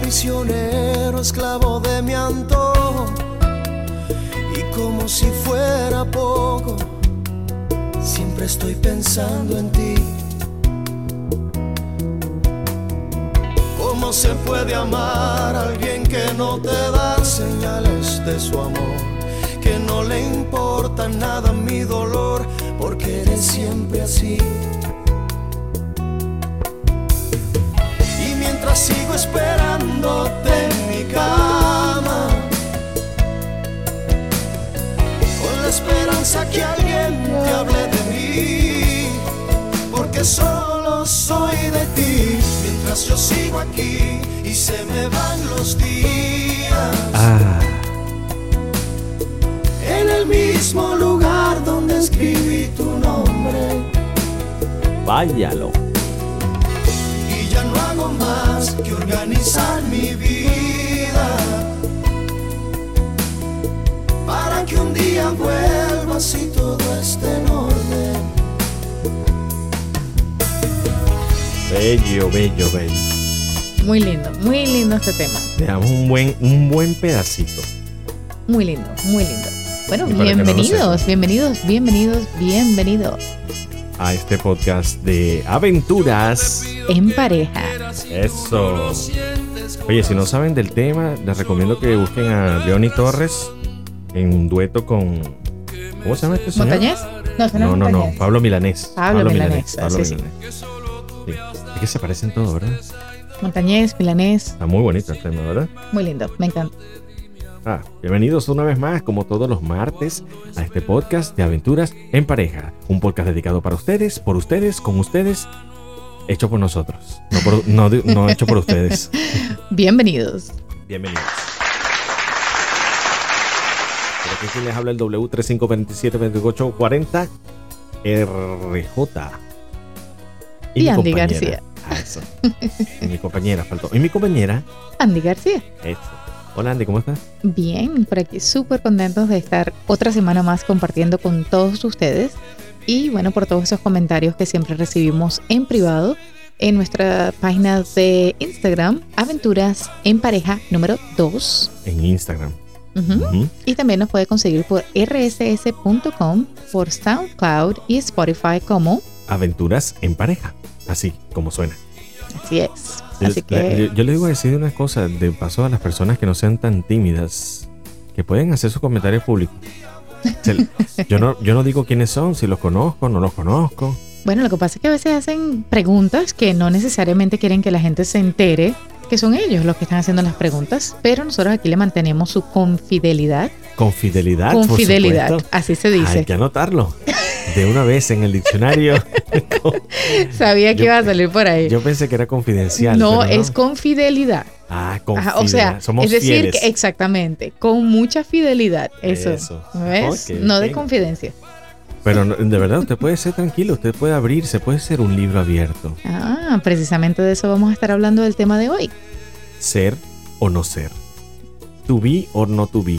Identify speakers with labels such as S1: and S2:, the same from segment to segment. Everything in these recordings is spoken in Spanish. S1: prisionero, esclavo de mi antojo. Y como si fuera poco, siempre estoy pensando en ti. ¿Cómo se puede amar a alguien que no te da señales de su amor? Que no le importa nada mi dolor, porque eres siempre así. sigo esperándote en mi cama. Con la esperanza que alguien te hable de mí, porque solo soy de ti. Mientras yo sigo aquí y se me van los días.
S2: Ah.
S1: En el mismo lugar donde escribí tu nombre.
S2: Váyalo.
S1: Y ya no hago más que organizar mi vida para que un día vuelvas y todo esté en orden.
S2: Bello, bello, bello.
S3: Muy lindo, muy lindo este tema.
S2: Te damos un buen, un buen pedacito.
S3: Muy lindo, muy lindo. Bueno,
S2: Y para que no lo
S3: bienvenidos, bienvenidos, bienvenidos, bienvenidos.
S2: a este podcast de aventuras.
S3: En pareja.
S2: Eso. Oye, si no saben del tema, les recomiendo que busquen a Leoni Torres en un dueto con. ¿Cómo se llama este señor?
S3: ¿Montañés? No, ese
S2: No, no,
S3: es
S2: no.
S3: Montañés.
S2: Pablo Milanés.
S3: Pablo Milanés,
S2: Pablo
S3: ah, sí, sí.
S2: Milanés. Sí. Es que se parecen todos, ¿verdad?
S3: Montañés, milanés.
S2: Está muy bonito el tema, ¿verdad?
S3: Muy lindo, me encanta.
S2: Ah, bienvenidos una vez más, como todos los martes, a este podcast de aventuras en pareja. Un podcast dedicado para ustedes, por ustedes, con ustedes, hecho por nosotros. No, por- no, de- no hecho por ustedes.
S3: Bienvenidos.
S2: Bienvenidos. Por aquí quien les habla el W35272840 RJ.
S3: Y
S2: mi
S3: Andy
S2: compañera.
S3: García.
S2: Ah, eso. Y mi compañera, faltó. Y mi compañera,
S3: Andy García.
S2: eso. Hola Andy, ¿cómo estás?
S3: Bien, por aquí súper contentos de estar otra semana más compartiendo con todos ustedes. Y bueno, por todos esos comentarios que siempre recibimos en privado en nuestra página de Instagram, Aventuras en Pareja número 2.
S2: En Instagram.
S3: ¿Mm?
S2: Ujú.
S3: Y también nos puede conseguir por rss.com, por SoundCloud y Spotify como
S2: aventuras en pareja. Así como suena.
S3: así es.
S2: Yo-
S3: Así que
S2: yo, yo les digo a decir una cosa de paso a las personas que no sean tan tímidas, que pueden hacer sus comentarios públicos. Se- yo, no, yo no digo quiénes son, si los conozco, no los conozco.
S3: bueno, lo que pasa es que a veces hacen preguntas que no necesariamente quieren que la gente se entere que son ellos los que están haciendo las preguntas, pero nosotros aquí le mantenemos su confidelidad,
S2: Con fidelidad. Ah, por
S3: confidelidad,
S2: supuesto.
S3: así se dice.
S2: Hay que anotarlo. De una vez en el diccionario.
S3: Sabía que
S2: Yo-
S3: iba a salir por ahí.
S2: Yo pensé que era confidencial.
S3: no,
S2: pero
S3: es confidelidad.
S2: Ah,
S3: Ajá,
S2: confidencial.
S3: o sea,
S2: Somos
S3: es decir,
S2: fieles.
S3: que exactamente, con mucha fidelidad, eso.
S2: Eso.
S3: ¿Ves?
S2: Ok,
S3: no de
S2: ok.
S3: confidencia.
S2: Pero no- de verdad, usted puede ser tranquilo, usted puede abrirse, puede ser un libro abierto.
S3: Ah, precisamente de eso vamos a estar hablando del tema de hoy.
S2: ser o no ser. To be or no to be.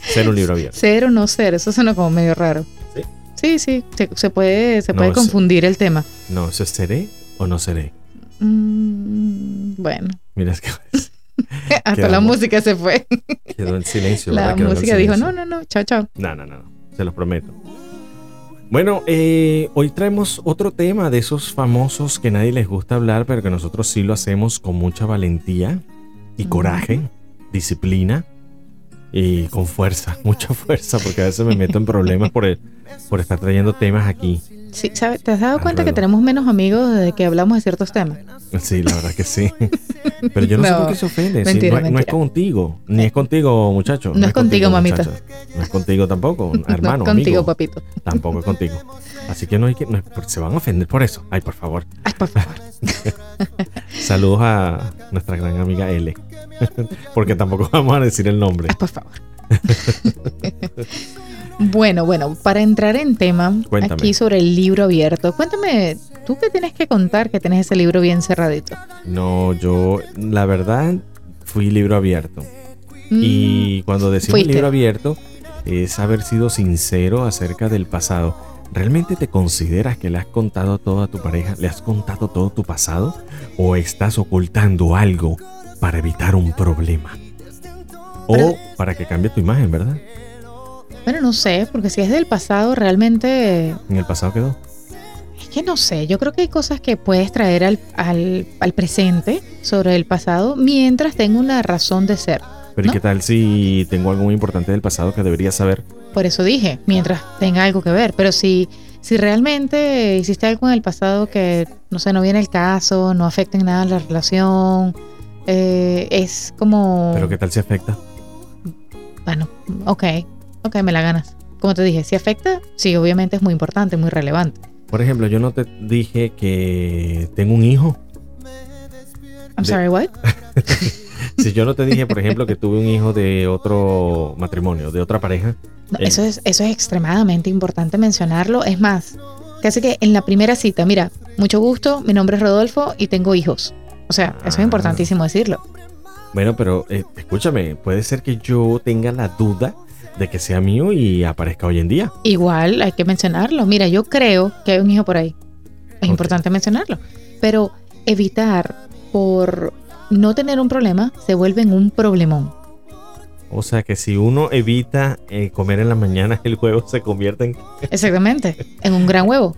S2: ser un libro abierto.
S3: Ser o no ser, eso suena como medio raro.
S2: Sí.
S3: Sí, sí, se, se puede, se
S2: No,
S3: puede
S2: es-
S3: confundir el tema.
S2: No, eso es seré o no seré.
S3: Mm, bueno,
S2: Mira, es que
S3: hasta la
S2: Quedamos.
S3: música se fue.
S2: quedó en silencio.
S3: La
S2: ¿verdad? Quedó en
S3: música dijo,
S2: silencio.
S3: no, no, no, chao, chao.
S2: No, no, no, no, se los prometo. Bueno, eh, hoy traemos otro tema de esos famosos que nadie les gusta hablar, pero que nosotros sí lo hacemos con mucha valentía y
S3: Ujú.
S2: coraje, disciplina y con fuerza, mucha fuerza, porque a veces me meto en problemas por, el- por estar trayendo temas aquí.
S3: Sí, ¿sabes? ¿Te has dado cuenta que
S2: Alfredo.
S3: tenemos menos amigos desde que hablamos de ciertos temas?
S2: Sí, la verdad que sí. Pero yo no, sé
S3: No,
S2: por qué se ofende. sí,
S3: mentira,
S2: no, es- no es
S3: mentira.
S2: contigo. Ni es contigo, muchacho.
S3: No es contigo, mamita.
S2: muchacha. No es contigo tampoco, hermano.
S3: No, contigo,
S2: amigo.
S3: papito.
S2: Tampoco es contigo. Así que no hay que. no es- por- se van a ofender por eso. Ay, por favor.
S3: Ay, por favor.
S2: Saludos a nuestra gran amiga L. Porque tampoco vamos a decir el nombre.
S3: Ah, por favor. bueno, bueno, para entrar en tema
S2: Cuéntame.
S3: aquí sobre el libro abierto, cuéntame, ¿tú qué tienes que contar que tienes ese libro bien cerradito?
S2: No, yo, la verdad, fui libro abierto. Y cuando decimos
S3: Mm, Fuiste.
S2: libro abierto, es haber sido sincero acerca del pasado. ¿Realmente te consideras que le has contado todo a tu pareja? ¿Le has contado todo tu pasado? ¿O estás ocultando algo para evitar un problema. O
S3: Pero-
S2: para que cambie tu imagen, ¿verdad?
S3: Mm, Bueno, no sé, porque si es del pasado, realmente
S2: En el pasado quedó.
S3: es que no sé. Yo creo que hay cosas que puedes traer al, al, al presente sobre el pasado mientras tenga una razón de ser.
S2: Pero ¿y
S3: No.
S2: qué tal si tengo algo muy importante del pasado que debería saber?
S3: Por eso dije, mientras tenga algo que ver. Pero si, si realmente hiciste algo en el pasado que, no sé, no viene el caso, no afecta en nada la relación, eh, es como...
S2: Pero ¿qué tal si afecta?
S3: Bueno, ok, ok, me la ganas. Como te dije, si afecta, sí, obviamente es muy importante, muy relevante.
S2: Por ejemplo, yo no te dije que tengo un hijo. De-
S3: I'm sorry, what?
S2: Si yo no te dije, por ejemplo, que tuve un hijo de otro matrimonio, de otra pareja.
S3: No,
S2: Eh.
S3: eso, es, eso es extremadamente importante mencionarlo. Es más, casi que en la primera cita, mira, mucho gusto, mi nombre es Rodolfo y tengo hijos. O sea, eso
S2: Ah.
S3: es importantísimo decirlo.
S2: Bueno, pero eh, escúchame, puede ser que yo tenga la duda de que sea mío y aparezca hoy en día.
S3: Igual hay que mencionarlo. Mira, yo creo que hay un hijo por ahí. Es
S2: Ok.
S3: importante mencionarlo. Pero evitar por no tener un problema se vuelve en un problemón.
S2: O sea que si uno evita eh, comer en la mañana, el huevo se convierte en...
S3: Exactamente. En un gran huevo.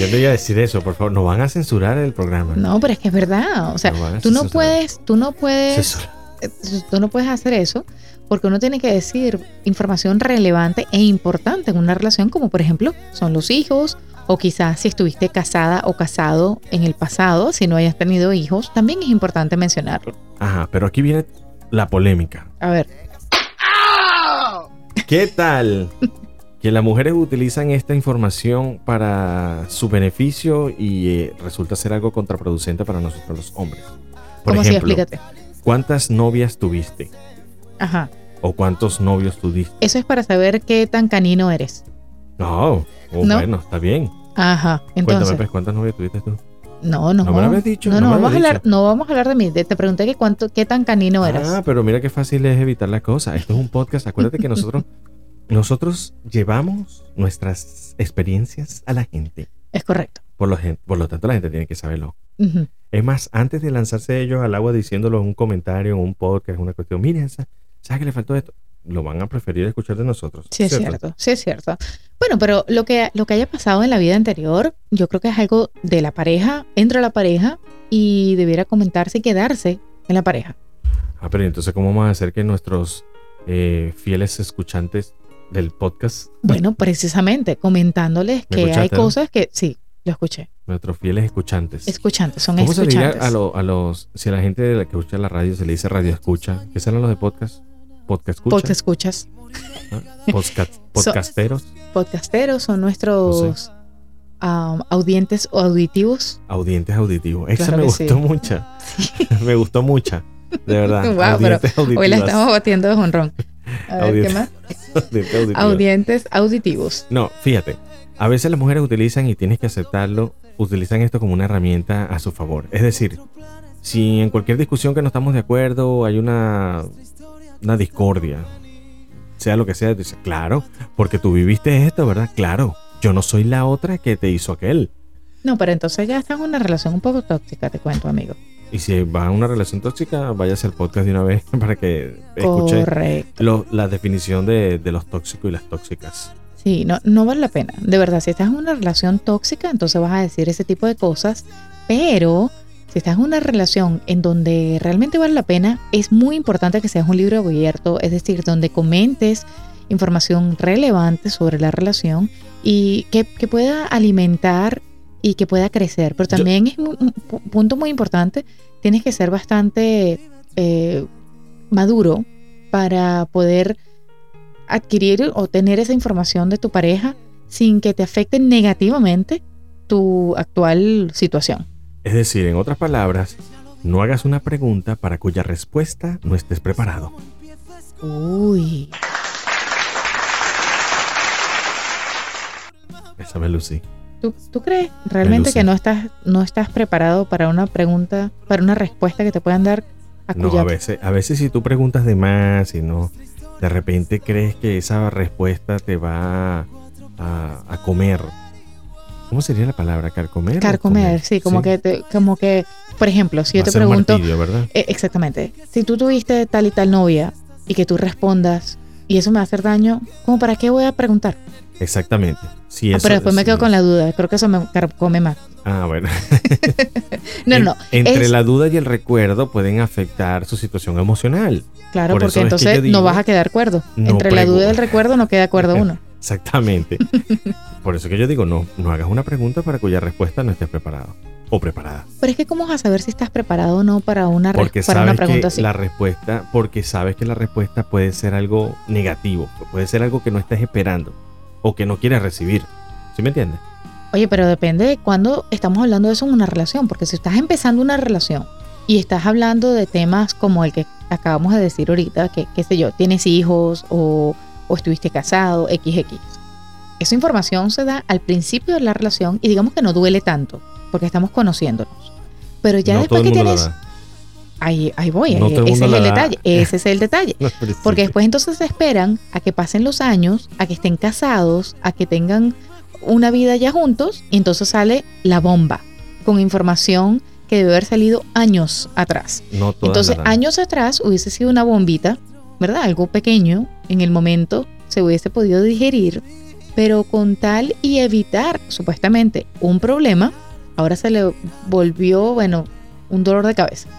S2: Yo no iba a decir eso, por favor, nos van a censurar el programa.
S3: No, pero es que es verdad. O sea,
S2: Nos van a
S3: tú no
S2: censurar.
S3: puedes, tú no puedes
S2: Censura.
S3: eh, tú no puedes hacer eso porque uno tiene que decir información relevante e importante en una relación, como por ejemplo son los hijos, o quizás si estuviste casada o casado en el pasado, si no hayas tenido hijos, también es importante mencionarlo.
S2: Ajá, pero aquí viene la polémica.
S3: A ver,
S2: ¿Qué tal? Que las mujeres utilizan esta información para su beneficio y eh, resulta ser algo contraproducente para nosotros los hombres. Por
S3: ¿cómo así?
S2: ejemplo,
S3: Explícate.
S2: ¿cuántas novias tuviste?
S3: Ajá.
S2: ¿O cuántos novios tuviste?
S3: Eso es para saber qué tan canino eres.
S2: No, oh,
S3: No.
S2: bueno, está bien.
S3: Ajá.
S2: Cuéntame,
S3: Entonces,
S2: pues, ¿cuántas novias tuviste tú?
S3: no, no.
S2: No me lo habías dicho,
S3: No,
S2: no
S3: no,
S2: me lo
S3: vamos a
S2: habías
S3: hablar, no vamos a hablar de mí. Te te pregunté que cuánto, qué tan canino eras.
S2: Ah, pero mira qué fácil es evitar la cosa. Esto es un podcast. Acuérdate que nosotros, nosotros llevamos nuestras experiencias a la gente.
S3: Es correcto.
S2: Por lo, gen- por lo tanto, la gente tiene que saberlo.
S3: Ujú.
S2: Es más, antes de lanzarse ellos al agua diciéndolo en un comentario, en un podcast, en una cuestión, miren, esa- ¿sabes que le faltó esto? Lo van a preferir escuchar de nosotros.
S3: Sí, es cierto, sí, es cierto. Bueno, pero lo que, lo que haya pasado en la vida anterior, yo creo que es algo de la pareja, entre la pareja, y debiera comentarse y quedarse en la pareja.
S2: Ah, pero entonces, ¿cómo vamos a hacer que nuestros eh, fieles escuchantes del podcast,
S3: Bueno, precisamente comentándoles
S2: ¿Me
S3: que hay
S2: escuchaste, no?
S3: cosas que sí, lo escuché.
S2: nuestros fieles escuchantes,
S3: Escuchantes, son
S2: ¿Cómo se le dirá
S3: escuchantes.
S2: a, lo- a los. Si a la gente de la que escucha la radio se le dice radio escucha, ¿qué serán los de podcast? Podcast escucha.
S3: Podcast escuchas,
S2: ¿Ah? Podcast- podcasteros,
S3: podcasteros son nuestros
S2: No sé.
S3: am, audientes o auditivos.
S2: audientes auditivos. Esa
S3: Claro
S2: me
S3: que
S2: gustó
S3: sí.
S2: mucha. me gustó mucha. De verdad.
S3: Guau, pero
S2: audientes
S3: Hoy la
S2: auditivas,
S3: estamos batiendo de jonrón. A ver,
S2: Audientes
S3: ¿qué más?
S2: audientes auditivas.
S3: Audientes auditivos.
S2: No, fíjate. A veces las mujeres utilizan, y tienes que aceptarlo, utilizan esto como una herramienta a su favor. Es decir, si en cualquier discusión que no estamos de acuerdo hay una, una discordia, sea lo que sea, dices, claro, porque tú viviste esto, ¿verdad? Claro, yo no soy la otra que te hizo aquel.
S3: No, pero entonces ya estás en una relación un poco tóxica, te cuento, amigo.
S2: Y si va a una relación tóxica, váyase al podcast de una vez para que escuche
S3: Correcto.
S2: lo- la definición de, de los tóxicos y las tóxicas.
S3: Sí, no, no vale la pena. De verdad, si estás en una relación tóxica, entonces vas a decir ese tipo de cosas. Pero si estás en una relación en donde realmente vale la pena, es muy importante que seas un libro abierto, es decir, donde comentes información relevante sobre la relación y que, que pueda alimentar y que pueda crecer. Pero
S2: Yo-
S3: también es un, un pu- punto muy importante, tienes que ser bastante eh, maduro para poder adquirir o tener esa información de tu pareja sin que te afecte negativamente tu actual situación.
S2: Es decir, en otras palabras, no hagas una pregunta para cuya respuesta no estés preparado.
S3: Uy,
S2: Esa me lucí.
S3: ¿tú, tú crees realmente
S2: luce.
S3: que no estás, no estás preparado para una pregunta, para una respuesta que te puedan dar a
S2: No,
S3: cuya-
S2: a veces, a veces si tú preguntas de más y no, de repente crees que esa respuesta te va a, a comer ¿Cómo sería la palabra? ¿Carcomer? o
S3: Carcomer,
S2: comer?
S3: sí, como que te- como que, por ejemplo, si
S2: Va
S3: yo
S2: a
S3: te
S2: ser un
S3: pregunto,
S2: martirio, ¿verdad?
S3: eh, exactamente, si tú tuviste tal y tal novia y que tú respondas y eso me va a hacer daño, como para qué voy a preguntar?
S2: Exactamente. Sí,
S3: Ah,
S2: eso-
S3: pero después me
S2: sí.
S3: quedo con la duda, creo que eso me carcome más.
S2: Ah, bueno.
S3: No,
S2: En-
S3: no,
S2: Entre
S3: es-
S2: la duda y el recuerdo pueden afectar su situación emocional.
S3: claro,
S2: por
S3: porque
S2: eso es que
S3: entonces
S2: yo digo,
S3: no vas a quedar acuerdo.
S2: no
S3: Entre la duda y el
S2: pregunto.
S3: recuerdo no queda acuerdo uno.
S2: Exactamente. Por eso que yo digo, no, no hagas una pregunta para cuya respuesta no estés preparado o preparada.
S3: Pero es que cómo vas a saber si estás preparado o no para una, res-
S2: Porque
S3: para una
S2: sabes que
S3: pregunta así.
S2: la respuesta, porque sabes que la respuesta puede ser algo negativo, puede ser algo que no estés esperando o que no quieres recibir. ¿Sí me entiendes?
S3: Oye, pero depende de cuándo estamos hablando de eso en una relación, porque si estás empezando una relación y estás hablando de temas como el que acabamos de decir ahorita, que qué sé yo, tienes hijos o, o estuviste casado, XX. Esa información se da al principio de la relación y digamos que no duele tanto, porque estamos conociéndonos. Pero Pues ya
S2: no
S3: después que
S2: lo
S3: tienes...
S2: da.
S3: Ahí, ahí voy,
S2: No
S3: eh,
S2: todo el
S3: ese es
S2: mundo
S3: el
S2: la da.
S3: detalle, ese es el detalle.
S2: No, pero sí.
S3: Porque después entonces se esperan a que pasen los años, a que estén casados, a que tengan una vida ya juntos, y entonces sale la bomba con información que debe haber salido años atrás.
S2: No todas
S3: entonces,
S2: la dan.
S3: años atrás hubiese sido una bombita, ¿verdad? Algo pequeño, en el momento se hubiese podido digerir, pero con tal y evitar supuestamente un problema, ahora se le volvió, bueno, un dolor de cabeza.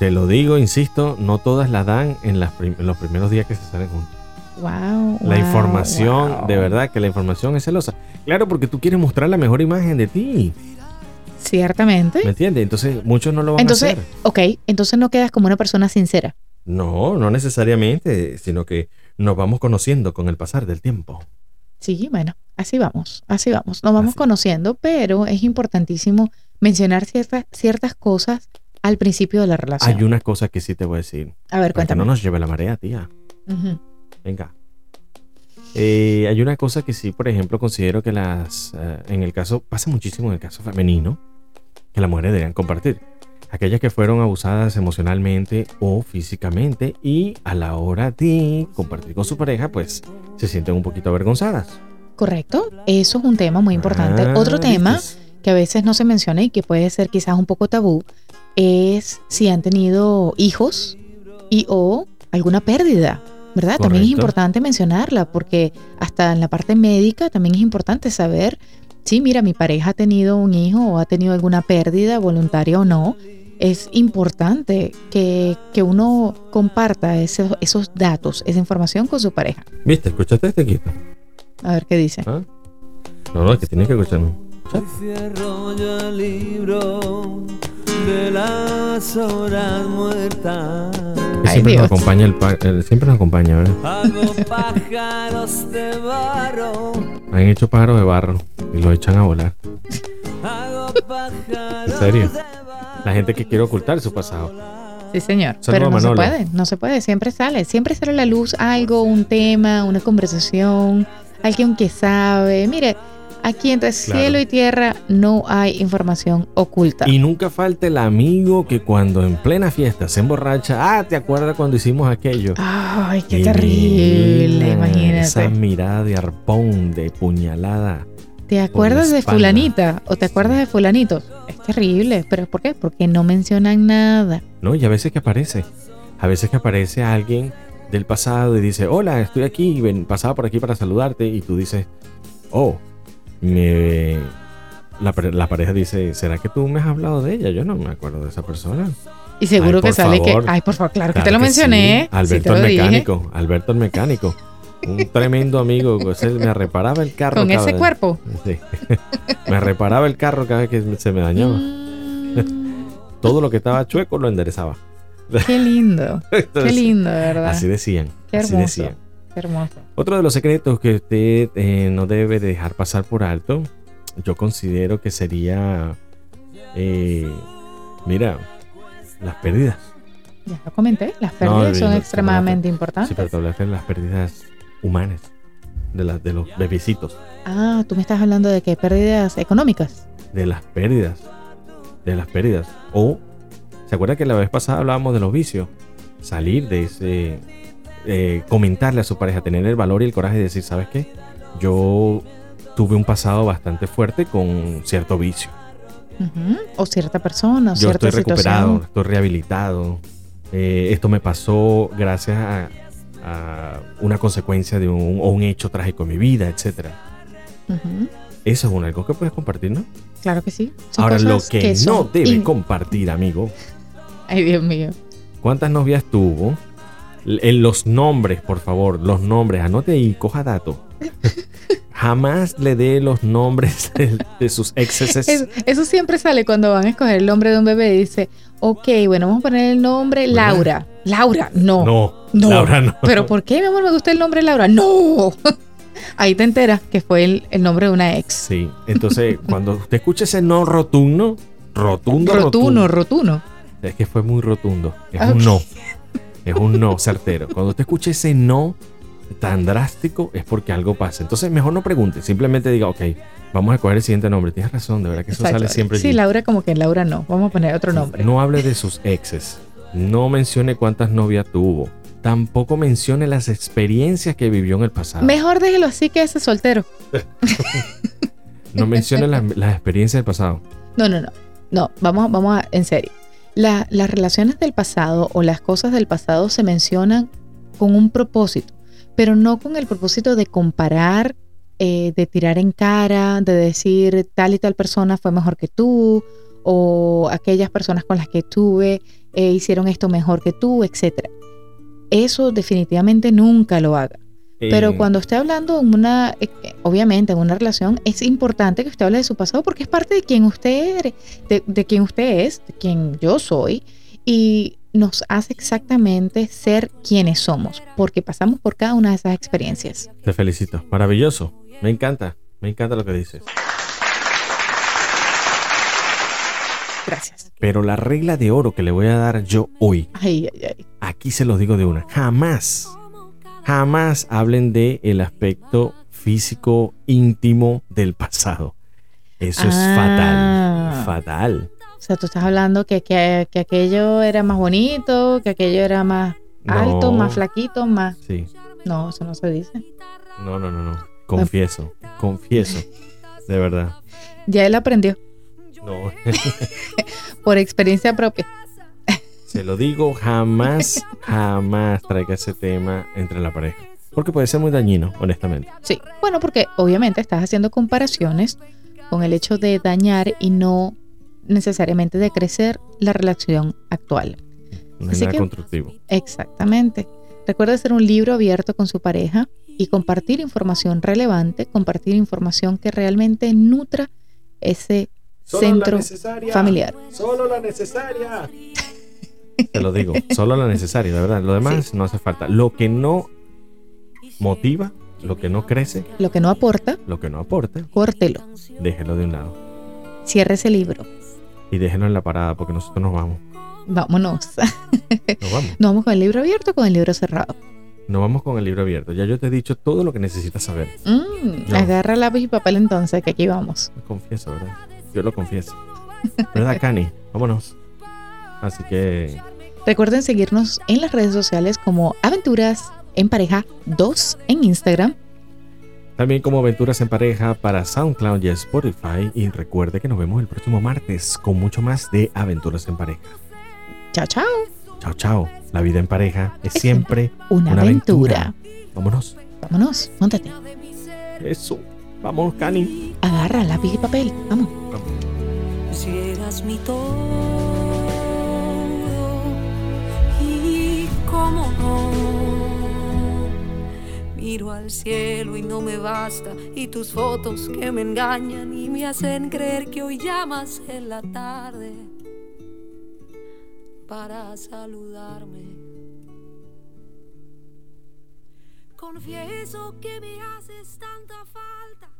S2: Te lo digo, insisto, no todas la dan en, las prim- en los primeros días que se salen juntos.
S3: Wow.
S2: La información, de
S3: wow.
S2: verdad que la información es celosa. Claro, porque tú quieres mostrar la mejor imagen de ti,
S3: Ciertamente.
S2: ¿me entiendes? Entonces muchos no lo van a
S3: Entonces,
S2: hacer.
S3: ok, entonces no quedas como una persona sincera.
S2: No, no necesariamente, sino que nos vamos conociendo con el pasar del tiempo.
S3: Sí, bueno, así vamos, así vamos. Nos vamos
S2: Así.
S3: conociendo, pero es importantísimo mencionar ciertas, ciertas cosas al principio de la relación.
S2: Hay una cosa que sí te voy a decir.
S3: a
S2: Para
S3: ver,
S2: que
S3: cuéntame.
S2: no nos lleve la marea, tía.
S3: Ujú.
S2: Venga. Eh, hay una cosa que sí, por ejemplo, considero que las, eh, en el caso, pasa muchísimo en el caso femenino, que las mujeres deberían compartir. Aquellas que fueron abusadas emocionalmente o físicamente y a la hora de compartir con su pareja, pues se sienten un poquito avergonzadas.
S3: Correcto, eso es un tema muy importante.
S2: Ah,
S3: Otro tema
S2: ¿viste?
S3: que a veces no se menciona y que puede ser quizás un poco tabú es si han tenido hijos y o alguna pérdida, ¿verdad? También es
S2: Correcto.
S3: importante mencionarla porque hasta en la parte médica también es importante saber si, mira, mi pareja ha tenido un hijo o ha tenido alguna pérdida voluntaria o no. Es importante que, que uno comparta esos, esos datos, esa información con su pareja.
S2: ¿Viste? ¿Escuchaste este quito?
S3: A ver qué dice.
S2: ¿Ah? No, no, es que tienes que escucharme.
S4: Hoy cierro yo el libro de las horas muertas.
S2: Que
S3: Ay,
S2: siempre
S3: Dios.
S2: nos acompaña el, pa- el- Siempre nos acompaña, ¿verdad?
S4: Hago pájaros de barro.
S2: Han hecho pájaros de barro y los echan a volar.
S4: Hago pájaros
S2: ¿En serio?
S4: de barro.
S2: La gente que quiere ocultar su pasado.
S3: Sí, señor.
S2: Saludo
S3: Pero
S2: a
S3: no se
S2: Manolo.
S3: puede, no se puede. Siempre sale. Siempre sale a la luz algo, un tema, una conversación, alguien que sabe. Mire, aquí entre
S2: Claro.
S3: cielo y tierra no hay información oculta.
S2: Y nunca falta el amigo que cuando en plena fiesta se emborracha, ah, ¿te acuerdas cuando hicimos aquello?
S3: Ay, Ah, qué
S2: Y
S3: terrible,
S2: mira,
S3: imagínate.
S2: Esa mirada de arpón, de puñalada.
S3: ¿Te acuerdas de
S2: espalda.
S3: fulanita o te acuerdas de fulanito? Es terrible, pero ¿por qué? Porque no mencionan nada.
S2: ¿no? Y a veces que aparece, a veces que aparece alguien del pasado y dice, hola, estoy aquí, ven, pasaba por aquí para saludarte, y tú dices, oh, me... La, pare- la pareja dice, ¿será que tú me has hablado de ella? Yo no me acuerdo de esa persona.
S3: Y seguro
S2: Ay,
S3: que
S2: por
S3: sale
S2: favor.
S3: que, ay, por favor, claro, que te
S2: Claro
S3: lo
S2: que
S3: mencioné.
S2: sí.
S3: sí te
S2: Alberto
S3: lo
S2: el
S3: dije.
S2: mecánico, Alberto el mecánico. Un tremendo amigo, pues, él me reparaba el carro.
S3: Con
S2: cada
S3: ese
S2: vez.
S3: cuerpo.
S2: Sí. me reparaba el carro cada vez que se me dañaba.
S3: Mm.
S2: Todo lo que estaba chueco lo enderezaba.
S3: Qué lindo, qué
S2: Entonces,
S3: lindo, de verdad.
S2: Así decían.
S3: Qué
S2: así
S3: hermoso.
S2: decían.
S3: Qué hermoso.
S2: Otro de los secretos que usted eh, no debe de dejar pasar por alto, yo considero que sería, eh, mira, las pérdidas.
S3: Ya lo comenté, las
S2: No,
S3: pérdidas
S2: no,
S3: son
S2: no,
S3: extremadamente
S2: Sí,
S3: importantes.
S2: pero te hablaste de las pérdidas humanas, de, las de los bebecitos,
S3: Ah, tú me estás hablando de que pérdidas económicas.
S2: de las pérdidas, de las pérdidas. O, ¿se acuerda que la vez pasada hablábamos de los vicios? Salir de ese, eh, comentarle a su pareja, tener el valor y el coraje de decir, ¿sabes qué? Yo tuve un pasado bastante fuerte con cierto vicio.
S3: Ujú. O cierta persona, o
S2: Yo
S3: cierta
S2: estoy recuperado,
S3: situación.
S2: estoy rehabilitado. Eh, esto me pasó gracias a, a una consecuencia de un, o un hecho trágico en mi vida, etc.
S3: Ujú.
S2: Eso es un algo que puedes compartir, ¿no?
S3: Claro que sí. Son
S2: Ahora, lo
S3: cosas
S2: que, no
S3: son
S2: debe
S3: in-
S2: compartir, amigo,
S3: Ay, Dios mío.
S2: ¿Cuántas novias tuvo? L- en los nombres, por favor, los nombres, anote ahí, coja dato. Jamás le dé los nombres de, de sus exes.
S3: Es- eso siempre sale cuando van a escoger el nombre de un bebé. Dice, ok, bueno, vamos a poner el nombre
S2: ¿Verdad?
S3: Laura. Laura, no.
S2: no,
S3: No.
S2: Laura no.
S3: ¿Pero por qué, mi amor, me gusta el nombre Laura? ¡No! Ahí te enteras que fue el, el nombre de una ex.
S2: Sí, entonces cuando usted escucha ese no rotundo, rotundo, rotundo,
S3: Rotuno, rotuno.
S2: es que fue muy rotundo, es
S3: Ah,
S2: un
S3: ok.
S2: no, es un no certero. Cuando usted escucha ese no tan drástico es porque algo pasa. Entonces mejor no pregunte, simplemente diga, ok, vamos a escoger el siguiente nombre. Tienes razón, de verdad que eso
S3: Exacto.
S2: sale siempre.
S3: Sí,
S2: allí.
S3: Laura como que Laura no. Vamos a poner otro nombre.
S2: No hable de sus exes. No mencione cuántas novias tuvo. Tampoco mencione las experiencias que vivió en el pasado.
S3: Mejor déjelo así que ese soltero.
S2: No mencione las, las experiencias del pasado.
S3: No, no, no. No, vamos, vamos a, en serio. La- las relaciones del pasado o las cosas del pasado se mencionan con un propósito, pero no con el propósito de comparar, eh, de tirar en cara, de decir tal y tal persona fue mejor que tú, o aquellas personas con las que tuve eh, hicieron esto mejor que tú, etc. Eso definitivamente nunca lo haga. Pero
S2: Eh,
S3: cuando esté hablando en una, eh, eh, obviamente en una relación, es importante que usted hable de su pasado porque es parte de quien usted eres, de, de quien usted es, de quien yo soy, y nos hace exactamente ser quienes somos, porque pasamos por cada una de esas experiencias.
S2: Te felicito. Maravilloso. Me encanta. Me encanta lo que dices.
S3: Gracias.
S2: Pero la regla de oro que le voy a dar yo hoy,
S3: Ay, ay, ay.
S2: aquí se los digo de una. Jamás, jamás hablen de el aspecto físico íntimo del pasado. Eso es
S3: Ah.
S2: fatal. Fatal.
S3: O sea, tú estás hablando que, que, que aquello era más bonito, que aquello era más alto,
S2: No.
S3: más flaquito, más...
S2: Sí.
S3: No, eso no se dice.
S2: No, no, no, no. Confieso, confieso. De verdad.
S3: Ya él aprendió
S2: No,
S3: por experiencia propia.
S2: se lo digo, jamás, jamás traiga ese tema entre la pareja. Porque puede ser muy dañino, honestamente.
S3: Sí, bueno, porque obviamente estás haciendo comparaciones con el hecho de dañar y no necesariamente de crecer la relación actual.
S2: No es
S3: Así
S2: nada
S3: que-
S2: constructivo.
S3: Exactamente. Recuerda ser un libro abierto con su pareja y compartir información relevante, compartir información que realmente nutra ese centro familiar.
S2: Solo la necesaria. Te lo digo, solo la necesaria, de verdad. Lo demás no hace falta. Lo que no motiva, lo que no crece,
S3: Lo que no aporta,
S2: lo que no aporta,
S3: córtelo.
S2: déjelo de un lado.
S3: Cierre ese libro.
S2: Y déjelo en la parada porque nosotros nos vamos.
S3: Vámonos.
S2: Nos vamos.
S3: Nos vamos con el libro abierto o con el libro cerrado.
S2: Nos vamos con el libro abierto. Ya yo te he dicho todo lo que necesitas saber.
S3: Mm,
S2: No.
S3: Agarra lápiz y papel entonces, que aquí vamos.
S2: Lo confieso, ¿verdad? Yo lo confieso. ¿Verdad, Cani? Vámonos. Así que
S3: Recuerden seguirnos en las redes sociales como Aventuras en Pareja 2 en Instagram.
S2: también como aventuras en pareja para SoundCloud y Spotify. Y recuerde que nos vemos el próximo martes con mucho más de aventuras en pareja.
S3: Chao, chao.
S2: Chao, chao. La vida en pareja es siempre
S3: Una,
S2: una
S3: aventura.
S2: aventura. Vámonos.
S3: Vámonos, montate.
S2: Eso. Vámonos, Cani.
S3: Agarra lápiz y papel. Vamos.
S5: Si eras mi todo y cómo no miro al cielo y no me basta y tus fotos que me engañan y me hacen creer que hoy llamas en la tarde para saludarme. Confieso que me haces tanta falta